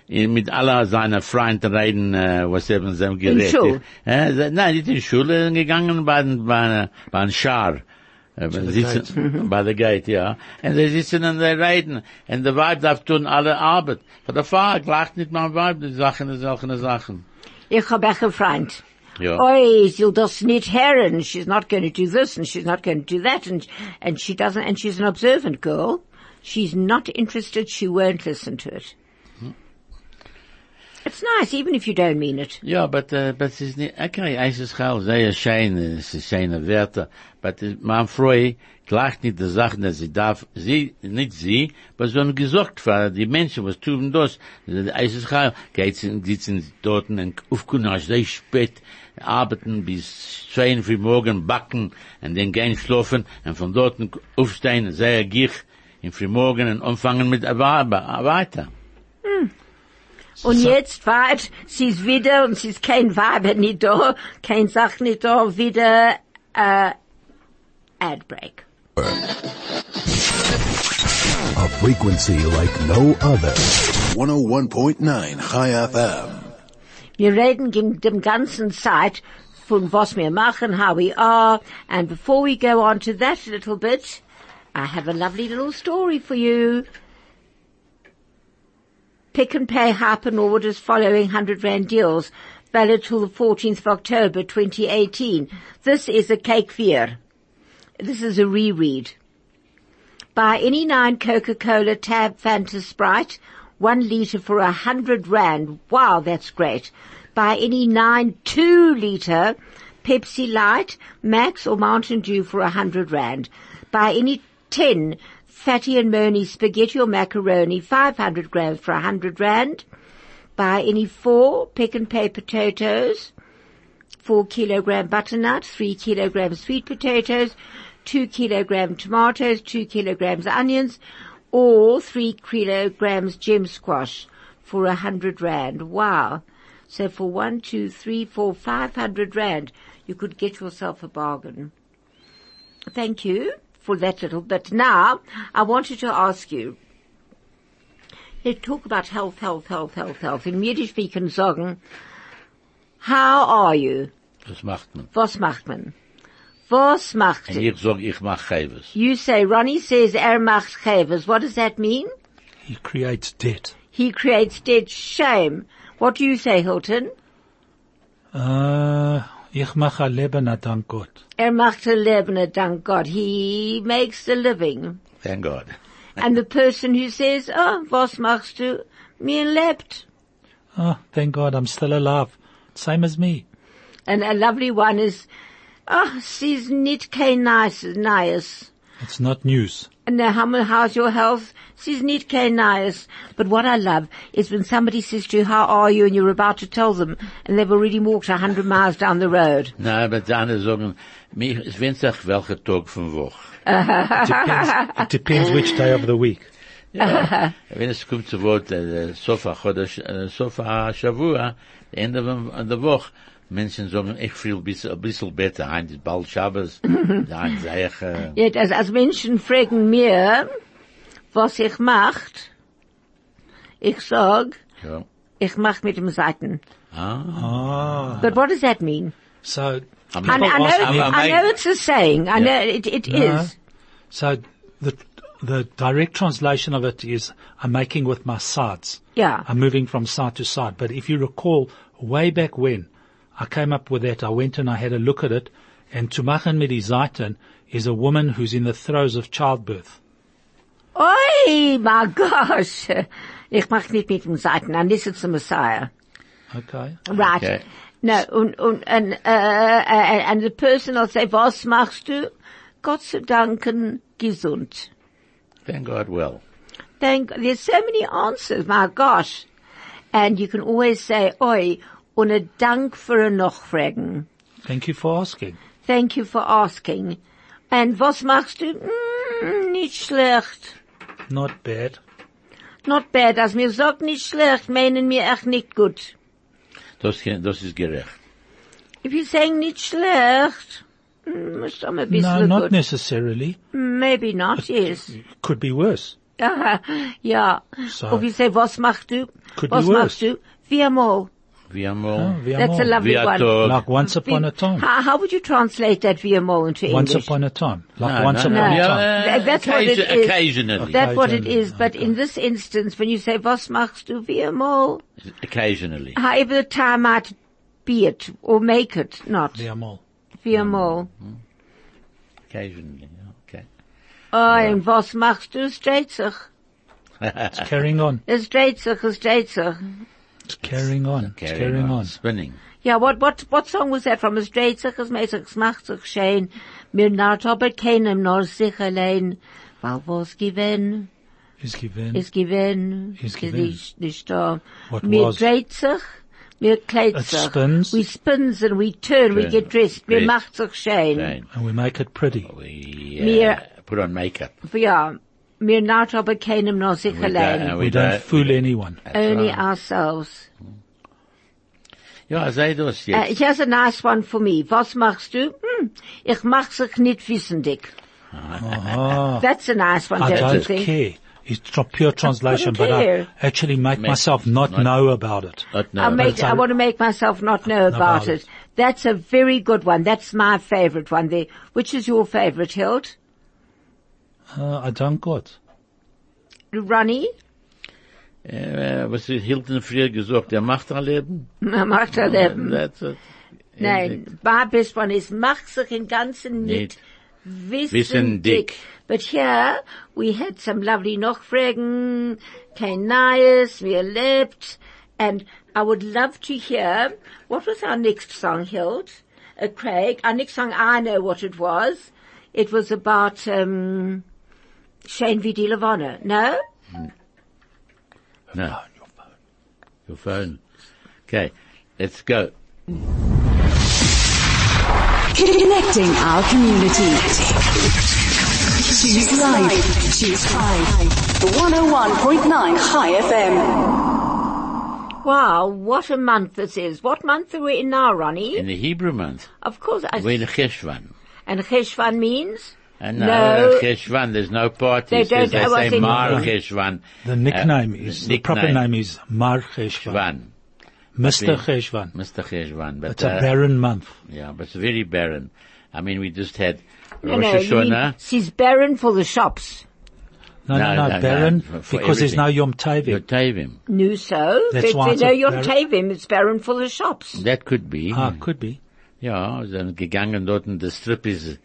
S2: äh, mit aller seiner Freunden reden, äh, was eben seinem Gerät
S1: Schule.
S2: Äh, se- nein, nicht in Schule, gegangen bei, den- bei, bei einem Schar. Äh, bei sitzen, bei der Gate, ja. Und sie sitzen und sie reden. Und der Weib darf tun alle Arbeit. Von der Fahrer lacht nicht mein Weib, die Sachen, die Sachen, die Sachen.
S1: Ich hab auch einen Freund.
S2: Ja.
S1: Oi, she'll just need her and she's not going to do this and she's not going to do that and, and she doesn't, and she's an observant girl. She's not interested, she won't listen to it. It's nice, even if you don't mean it.
S2: Ja, but, uh, but es ist nicht, okay, es ist schau, sehr schön, es ist schöne Werte, but äh, man freut, gleich nicht die Sachen, dass sie darf, sie, nicht sie, aber sondern gesorgt war, die Menschen, was tun das, es ist schau, geht sie, sitzen dort und aufgenommen, sehr spät, arbeiten bis 2 Uhr morgen, backen, und dann gehen schlafen, und von dort aufstehen, sehr gierig, im Frühmorgen und anfangen mit Arbeit, weiter.
S1: Und jetzt weit, sie ist wieder und sie ist kein Weiber nicht da, kein Sach nicht da, wieder, äh, Adbreak.
S4: A frequency like no other. 101.9 High FM.
S1: Wir reden in dem ganzen Zeit von was wir machen, how we are, and before we go on to that a little bit, I have a lovely little story for you. Pick and pay happen orders following 100 Rand deals, valid till the 14th of October 2018. This is a cake fear. This is a reread. Buy any nine Coca-Cola, Tab, Fanta, Sprite, one litre for a hundred rand. Wow, that's great. by any nine two litre Pepsi Light, Max or Mountain Dew for a hundred rand. Buy any ten fatty and Murney spaghetti or macaroni, 500 grams for a hundred rand. Buy any four pick and pay potatoes, four kilogram butternut, three kilogram sweet potatoes, two kilogram tomatoes, two kilograms onions, or three kilograms gem squash for a hundred rand. Wow. So for one, two, three, four, five hundred rand, you could get yourself a bargain. Thank you for that little bit. Now, I wanted to ask you, they talk about health, health, health, health, health. In Yiddish we can sagen, how are you?
S2: Das macht man.
S1: Was macht man? Was macht
S2: Und
S1: it?
S2: ich sag, ich mach Chayvus.
S1: You say, Ronnie says, er macht Chavers. What does that mean?
S3: He creates debt.
S1: He creates dead shame. What do you say, Hilton?
S3: Uh, ich mache ein Leben, ah, dank Gott.
S1: Er macht a living, thank God. He makes a living.
S2: Thank God.
S1: And the person who says, oh, was machst du? Mir lebt.
S3: Ah, thank God, I'm still alive. Same as me.
S1: And a lovely one is, oh, she's nit kein nice, nice.
S3: It's not news.
S1: And now, how- how's your health? She's nit kein nice. But what I love is when somebody says to you, how are you? And you're about to tell them and they've already walked a hundred miles down the road.
S2: Na, aber die anderen sagen, mir ist Winzach welcher Tag von Woche.
S3: It depends, it depends which day of the week.
S2: Wenn es kommt zu Wort, äh, äh, Sof HaChodesh, äh, Sof HaShavua, Ende von der Woche, Menschen sagen, ich fühle bis, ein bisschen besser, ein ist bald Schabbos, der ein sei ich, äh,
S1: Yet, as, as Menschen fragen mir, was ich macht, ich sag,
S2: ja.
S1: ich mach mit dem Seiten.
S2: Ah,
S1: But what does that mean?
S3: So,
S2: I'm
S1: I, I,
S2: People ask me-
S1: know, I know it's a saying. I know it, it is.
S2: Uh-huh.
S3: No. so the the direct translation of it is I'm making with my sides.
S1: Yeah.
S3: I'm moving from side to side. But if you recall, way back when I came up with that, I went and I had a look at it. And to machen mit die Seiten is a woman who's in the throes of childbirth.
S1: Oi, my gosh. Ich mach nicht mit dem Seiten, unless it's the Messiah.
S3: Okay.
S1: Right.
S2: Okay.
S1: No, und, und, and, uh, and, and the person will say, was machst du? Gott sei Danken gesund.
S2: thank God, well.
S1: Thank, there's so many answers, my gosh. And you can always say, oi, ohne Dank für ein Nachfragen.
S3: Thank you for asking.
S1: Thank you for asking. And was machst du? Mm, nicht schlecht.
S3: Not bad.
S1: Not bad. Als mir sagt nicht schlecht, meinen mir echt nicht gut.
S2: Das, das ist gerecht.
S1: If you're saying nicht schlecht, mm, ist schon ein
S3: No,
S1: bisschen
S3: not
S1: gut.
S3: necessarily.
S1: Maybe not, yes.
S3: Could be worse.
S1: Aha, ja.
S3: So-
S1: Or if you say, was machst du?
S3: Could be
S1: was
S3: worse.
S1: machst du? Wie einmal.
S2: Wir haben
S3: Oh,
S2: mal,
S3: we are
S1: That's a
S3: more.
S1: lovely
S2: wir
S1: one.
S2: Tag,
S3: Like once upon a time.
S1: How, how would you translate that via mole into
S3: Once
S1: English?
S3: upon a time. Like
S2: Nein,
S3: once
S2: nein,
S3: upon
S2: nein.
S3: a
S2: Nou, Ja,
S3: time.
S2: äh,
S1: Th- that's what it
S2: occasion-
S1: is.
S2: Occasionally.
S1: That's what it
S3: Occasionally,
S1: is. But in this instance, when you say, was machst du via mole,
S2: Occasionally.
S1: however the time might be it, or make it not,
S3: They are more.
S1: via mole.
S2: Occasionally, ja, okay.
S1: Oh, and was machst du? Es dreht sich.
S3: It's carrying on.
S1: Es dreht sich, es dreht sich.
S3: It's carrying on. It's
S2: Carrying
S3: carrying
S2: on,
S3: on.
S2: Spinning.
S1: Yeah, what, what, what song was that from? Es dreht sich, es mäht sich, es macht sich schön. Mir naht aber keinem nur sich allein. Weil was gewinn,
S3: Is given.
S1: es gewinn,
S3: Is
S1: es
S3: gewinn.
S1: nicht, nicht da.
S3: What
S1: Mir
S3: was?
S1: dreht sich, mir kleid
S3: It
S1: sich.
S3: spins.
S1: We spins and we turn, we
S2: Turn.
S1: get dressed, mir
S2: Dressed.
S1: macht sich schön.
S2: Right.
S3: and we make it pretty.
S2: We,
S1: Mir-
S2: uh, Oh, put on makeup.
S1: Ja, mir naht aber keinem nur sich
S2: We don't-
S1: allein.
S2: and
S3: We, don't fool anyone.
S2: That's
S1: Only
S2: right.
S1: ourselves.
S2: Ja, sei das
S1: Uh,
S2: jetzt.
S1: here's a nice one for me. Was machst du? Hm, ich mach's sich nicht wissendig. That's a nice one,
S3: Ah,
S1: don't
S3: I
S1: you
S3: don't
S1: think?
S3: care. It's tr- pure translation, but I
S1: care.
S3: actually make Uh,
S2: Make-
S3: myself not
S2: not-
S3: know about it.
S2: Not
S1: I,
S2: now.
S1: make, I
S3: a-
S1: want to make myself not know about,
S3: About
S1: it.
S3: it.
S1: That's a very good one. That's my favorite one there. Which is your favorite, Hilt?
S3: Uh, I don't got.
S1: Ronnie?
S2: Äh, was ist Hilton früher gesagt? Er macht ein Leben.
S1: Macht er Leben.
S2: That's it.
S1: Nein, my best one is mach sich im Ganzen nicht wissendig.
S2: Nicht. Wissendig.
S1: But here we had some lovely Nachfragen, kein Neues, wir er lebt, and I would love to hear what was our next song, Hild, uh, Craig. Our next song, I know what it was. It was about um, Shane V. Levana. No,
S2: No. Your phone. Okay, let's go.
S5: Connecting our community. Choose life. Choose five. 101.9 High FM.
S1: wow, what a month this is! What month are we in now, Ronnie?
S2: In the Hebrew month,
S1: of course, I,
S2: we're in Cheshvan.
S1: and Cheshvan means
S2: And uh, no,
S1: No.
S2: Cheshvan, nou, eh, there's no parties.
S1: Nou, They don't-
S2: They, they
S1: I was
S2: say
S1: thinking-
S2: Mar Cheshvan.
S3: The nickname
S2: Uh,
S3: is, the
S2: nickname,
S3: proper name is Mar Cheshvan.
S2: Cheshvan.
S3: Mr.
S2: Yeah.
S3: Cheshvan.
S2: Mr. Cheshvan. But,
S3: It's a
S2: uh,
S3: barren month.
S2: Yeah, but it's very barren. I mean, we just had
S1: no,
S2: Rosh
S1: no, you mean
S2: Hashanah.
S1: she's barren for the shops.
S3: No,
S2: No,
S3: no, no,
S2: no, no,
S3: barren
S2: for- for
S3: because there's
S2: everything.
S3: now Yom Tovim.
S2: Yotavim.
S1: No, so
S3: That's
S1: but
S3: why
S1: they
S3: it's a
S1: know your
S3: barren-
S1: Tavim is barren for the shops.
S2: That could be.
S3: Ah, could be.
S2: Ja, dann gegangen dort und der Strip ist,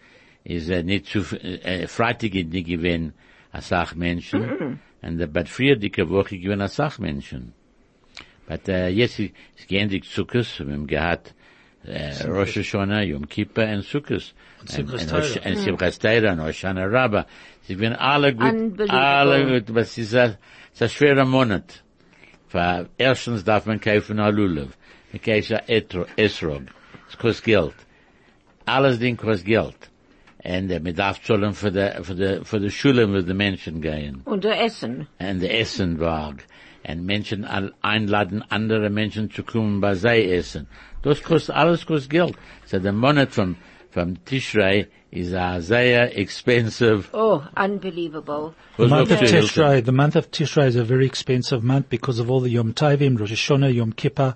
S2: ist äh, nicht zu, äh, äh, Freitag ist nicht gewesen, als Sachmenschen. Und, äh, but früher dicke Woche gewesen als Sachmenschen. But, äh, jetzt ist ist geendigt Sukkos, wir haben gehabt, äh, Rosh Hashanah, Yom Kippur und Sukkos. Und
S3: Simchas
S2: Rosh-
S3: Torah.
S2: und Simchas Torah und Hoshana Rabbah. Sie werden alle gut,
S1: Unbelievable.
S2: alle gut, was ist das, das ist ein schwerer Monat. Für erstens darf man kaufen a Lulav. Man kauft a Etro- Esrog. Es kostet Geld. Alles Ding kostet Geld. Und äh, man darf zahlen für die, für die, für die Schulen, wo die Menschen gehen.
S1: Und der Essen.
S2: Und der Essenwag. Und Menschen all- einladen, andere Menschen zu kommen bei sei Essen. Das kostet, alles kostet Geld. So der Monat vom, vom Tischrei ist a sehr expensive.
S1: Oh, unbelievable.
S3: The
S2: Was glaubst
S3: month of
S2: du, Hilton?
S3: Tishrei, the month of Tishrei is a very expensive month because of all the Yom Tovim, Rosh Hashanah, Yom Kippur,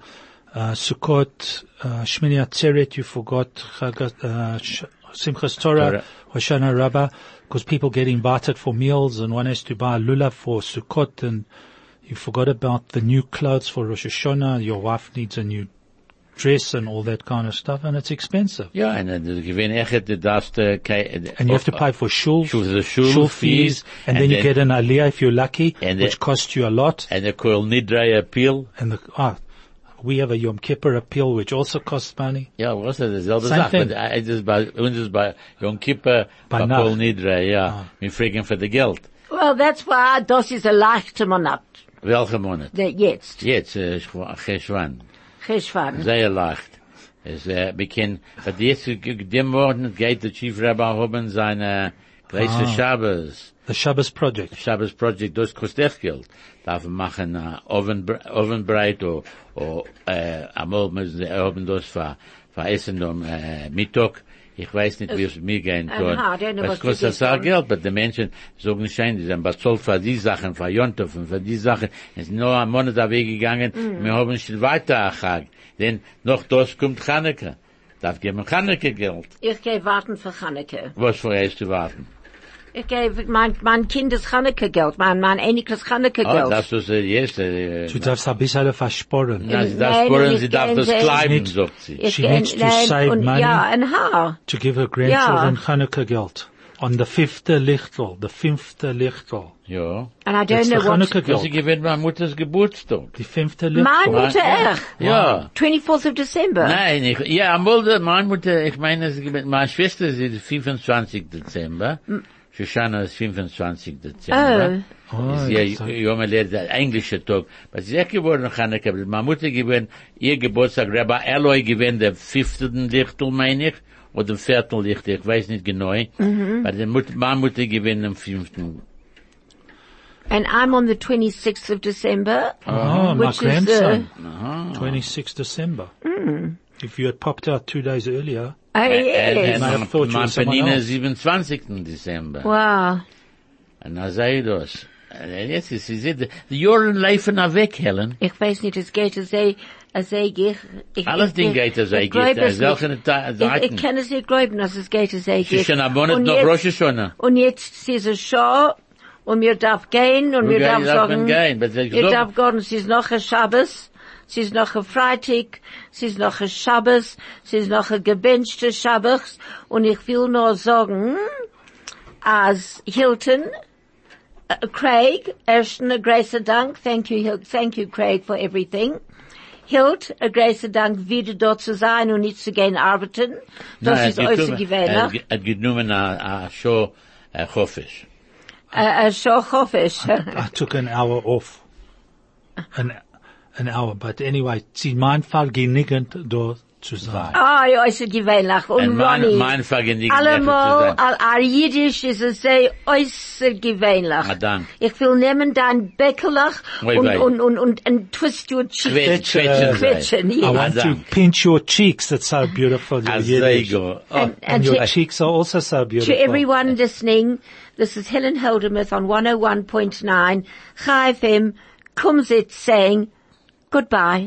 S3: uh, Sukkot, uh, Shmini Atzeret, you forgot, Chagat, uh, Sh- Simchas Torah,
S2: Torah.
S3: Hoshana Rabbah, because people get invited for meals and one has to buy lulav for Sukkot and you forgot about the new clothes for Rosh Hashanah, your wife needs a new dress and all that kind of stuff and it's expensive.
S2: Ja, und äh, du gewinnst echt, du darfst, äh, kein-
S3: And you have to pay for shul,
S2: Shul- the shul fees,
S3: and,
S2: and
S3: then, you
S2: then-
S3: get an aliyah if you're lucky,
S2: and
S3: which
S2: the-
S3: costs you a lot.
S2: and the Kol Nidrei appeal.
S3: And the, ah, we have a Yom Kippur appeal, which also costs money.
S2: Ja, was ist dasselbe
S3: Same
S2: Sache.
S3: thing.
S2: Und äh, Es ist bei uns ist bei Yom Kippur, bei
S3: Nacht. Ah.
S2: Kol Nidrei, ja. Wir fragen für das Geld.
S1: Well, that's why das ist ein leichter Monat.
S2: Welcher Monat?
S1: Der jetzt.
S2: Jetzt, äh, Schwa- Cheshvan.
S1: Cheshvan.
S2: Sehr leicht. Es, äh, wir kennen, hat jetzt, ge- ge- dem Morgen geht der Chief Rabbi haben seine Gräse
S3: Ah.
S2: Shabbos.
S3: The Shabbos project.
S2: Shabbos Project, das kostet echt Geld. Darf man machen, äh, Oven, Ovenbreit, oder, oder, äh, einmal müssen sie haben das für, für Essen am, äh, Mittag. Ich weiß nicht, wie es mir gehen
S1: Aha,
S2: kann.
S1: I don't know
S2: Was
S1: what
S2: kostet
S1: you
S2: das auch
S1: did.
S2: Geld? Aber die Menschen sagen schein, die sind bezahlt für die Sachen, für Jontov und für die Sachen. Es ist nur ein Monat weggegangen, wir haben schon weiter gehakt. Denn noch das kommt Chanukah. Darf geben Chanukah Geld.
S1: Ich gehe warten für Chanukah.
S2: Was für erst zu warten.
S1: Ich gebe mein, mein Kindes Chanukah-Geld, mein, mein einiges Chanukah-Geld.
S2: Oh, das ist äh, jetzt, äh,
S3: Du darfst ein bisschen versporen.
S2: Ja, sie darf
S1: Nein,
S2: spüren,
S1: ich
S2: sie darf
S1: kann
S2: das
S1: sehen.
S2: bleiben,
S3: Nicht.
S2: sagt sie.
S1: Ich
S3: She
S1: gehe-
S3: needs to save
S1: und,
S3: money.
S1: Ja, ein Haar.
S3: To give her grandchildren
S1: Yeah.
S3: Chanukah Geld. On the fifth Lichtel, the fifth Lichtel.
S2: Ja.
S1: And I
S3: It's
S1: don't
S3: the
S1: know what...
S3: Chanukah
S2: Ja, sie
S3: Geld.
S2: gewinnt meine Mutters Geburtstag.
S3: The fifth
S1: Meine
S3: Lichtel.
S1: Mutter
S2: Ja.
S1: echt.
S2: Ja.
S1: 24th of December.
S2: Nein, ich, ja, einmal, der- meine Mutter, ich meine, sie gewinnt, meine Schwester ist am 25. Dezember.
S1: Hm.
S2: Shoshana ist 25.
S1: Ah.
S2: Dezember. Ist
S3: Oh. Oh,
S2: ja,
S3: interessant.
S2: ich habe mir der englische Tag. Was ist echt geworden nach Hanukkah? weil Meine Mutter gewinnt, ihr Geburtstag, Rabbi Eloy gewinnt, der fünften Lichtel, meine ich, oder dem vierten Lichtel, ich weiß nicht genau.
S1: Mhm.
S2: Aber die Mut- meine Mutter gewinnt am fünften.
S1: And I'm on the 26th of December. Uh-huh.
S3: Oh, my
S1: Which is,
S3: grandson.
S2: Uh-huh.
S3: 26 December.
S1: Hmm.
S3: If you had popped out two days earlier,
S1: Oh,
S2: Äh,
S1: yes.
S3: might have thought you were
S2: Mein
S3: someone
S2: Penina
S3: else.
S2: 27. Dezember.
S1: Wow.
S2: Und dann sage ich das. Und Jetzt ist sie, die die Jahre laufen auch weg, Helen.
S1: Ich weiß nicht, es geht als ich, als ich, ich, ich,
S2: Alles
S1: ich-
S2: Ding geht, als
S1: ich
S2: ich
S1: glaub
S2: geht,
S1: es
S2: als solche
S1: nicht.
S2: Ta-
S1: Ich,
S2: Seiten.
S1: ich kann es nicht glauben, dass es geht, als ich
S2: Sie ist schon am Monat
S1: Und
S2: noch ne?
S1: jetzt-
S2: Rosh Hashanah.
S1: Und jetzt diese Show, und wir darf gehen, und wir
S2: Wir gehen,
S1: darf
S2: wir darf
S1: sagen,
S2: gehen, aber ich
S1: wir darf
S2: sag-
S1: gehen, es ist noch ein Schabbos, es ist noch ein Freitag, es ist noch ein Schabbos, es ist noch ein gewünschter Schabbos, und ich will nur sagen, als Hilton, äh, uh, Craig, ersten, großen Dank, thank you, Hil- thank you Craig for everything. Hilt, a großer Dank, wieder dort zu sein und nicht zu gehen arbeiten. Das ist ne? äußerst gewähnlich.
S2: Hat genommen a, a show, a Chofisch.
S1: Äh, äh, schon hoffisch.
S3: I took an hour off. An, an hour. But anyway, it's in mein Fall genügend dort zu sein.
S1: Ah, ja, ist gewöhnlich. Und
S2: Und Äh, mein,
S1: Ronny.
S2: mein Vergnügen,
S1: Allemal,
S2: Neffe, zu sein.
S1: al, al Jiddisch ist es sehr äußerst gewöhnlich.
S2: Ah, dank.
S1: Ich will nehmen dein Beckelach
S2: Wei,
S1: und,
S2: wei.
S1: und, und, und, und twist your cheek.
S2: Quetsch- Quetschen sei.
S1: Quetschen,
S3: I
S1: yes.
S3: want to
S2: Madame.
S3: pinch your cheeks. It's so beautiful. your
S2: Ah, there
S3: Yiddish.
S2: you go. Oh,
S1: And,
S3: And
S1: and
S3: your
S1: to,
S3: cheeks are also so beautiful.
S1: to everyone listening, this is Helen Holdermuth on 101.9 Chai FM, Kumsit saying goodbye.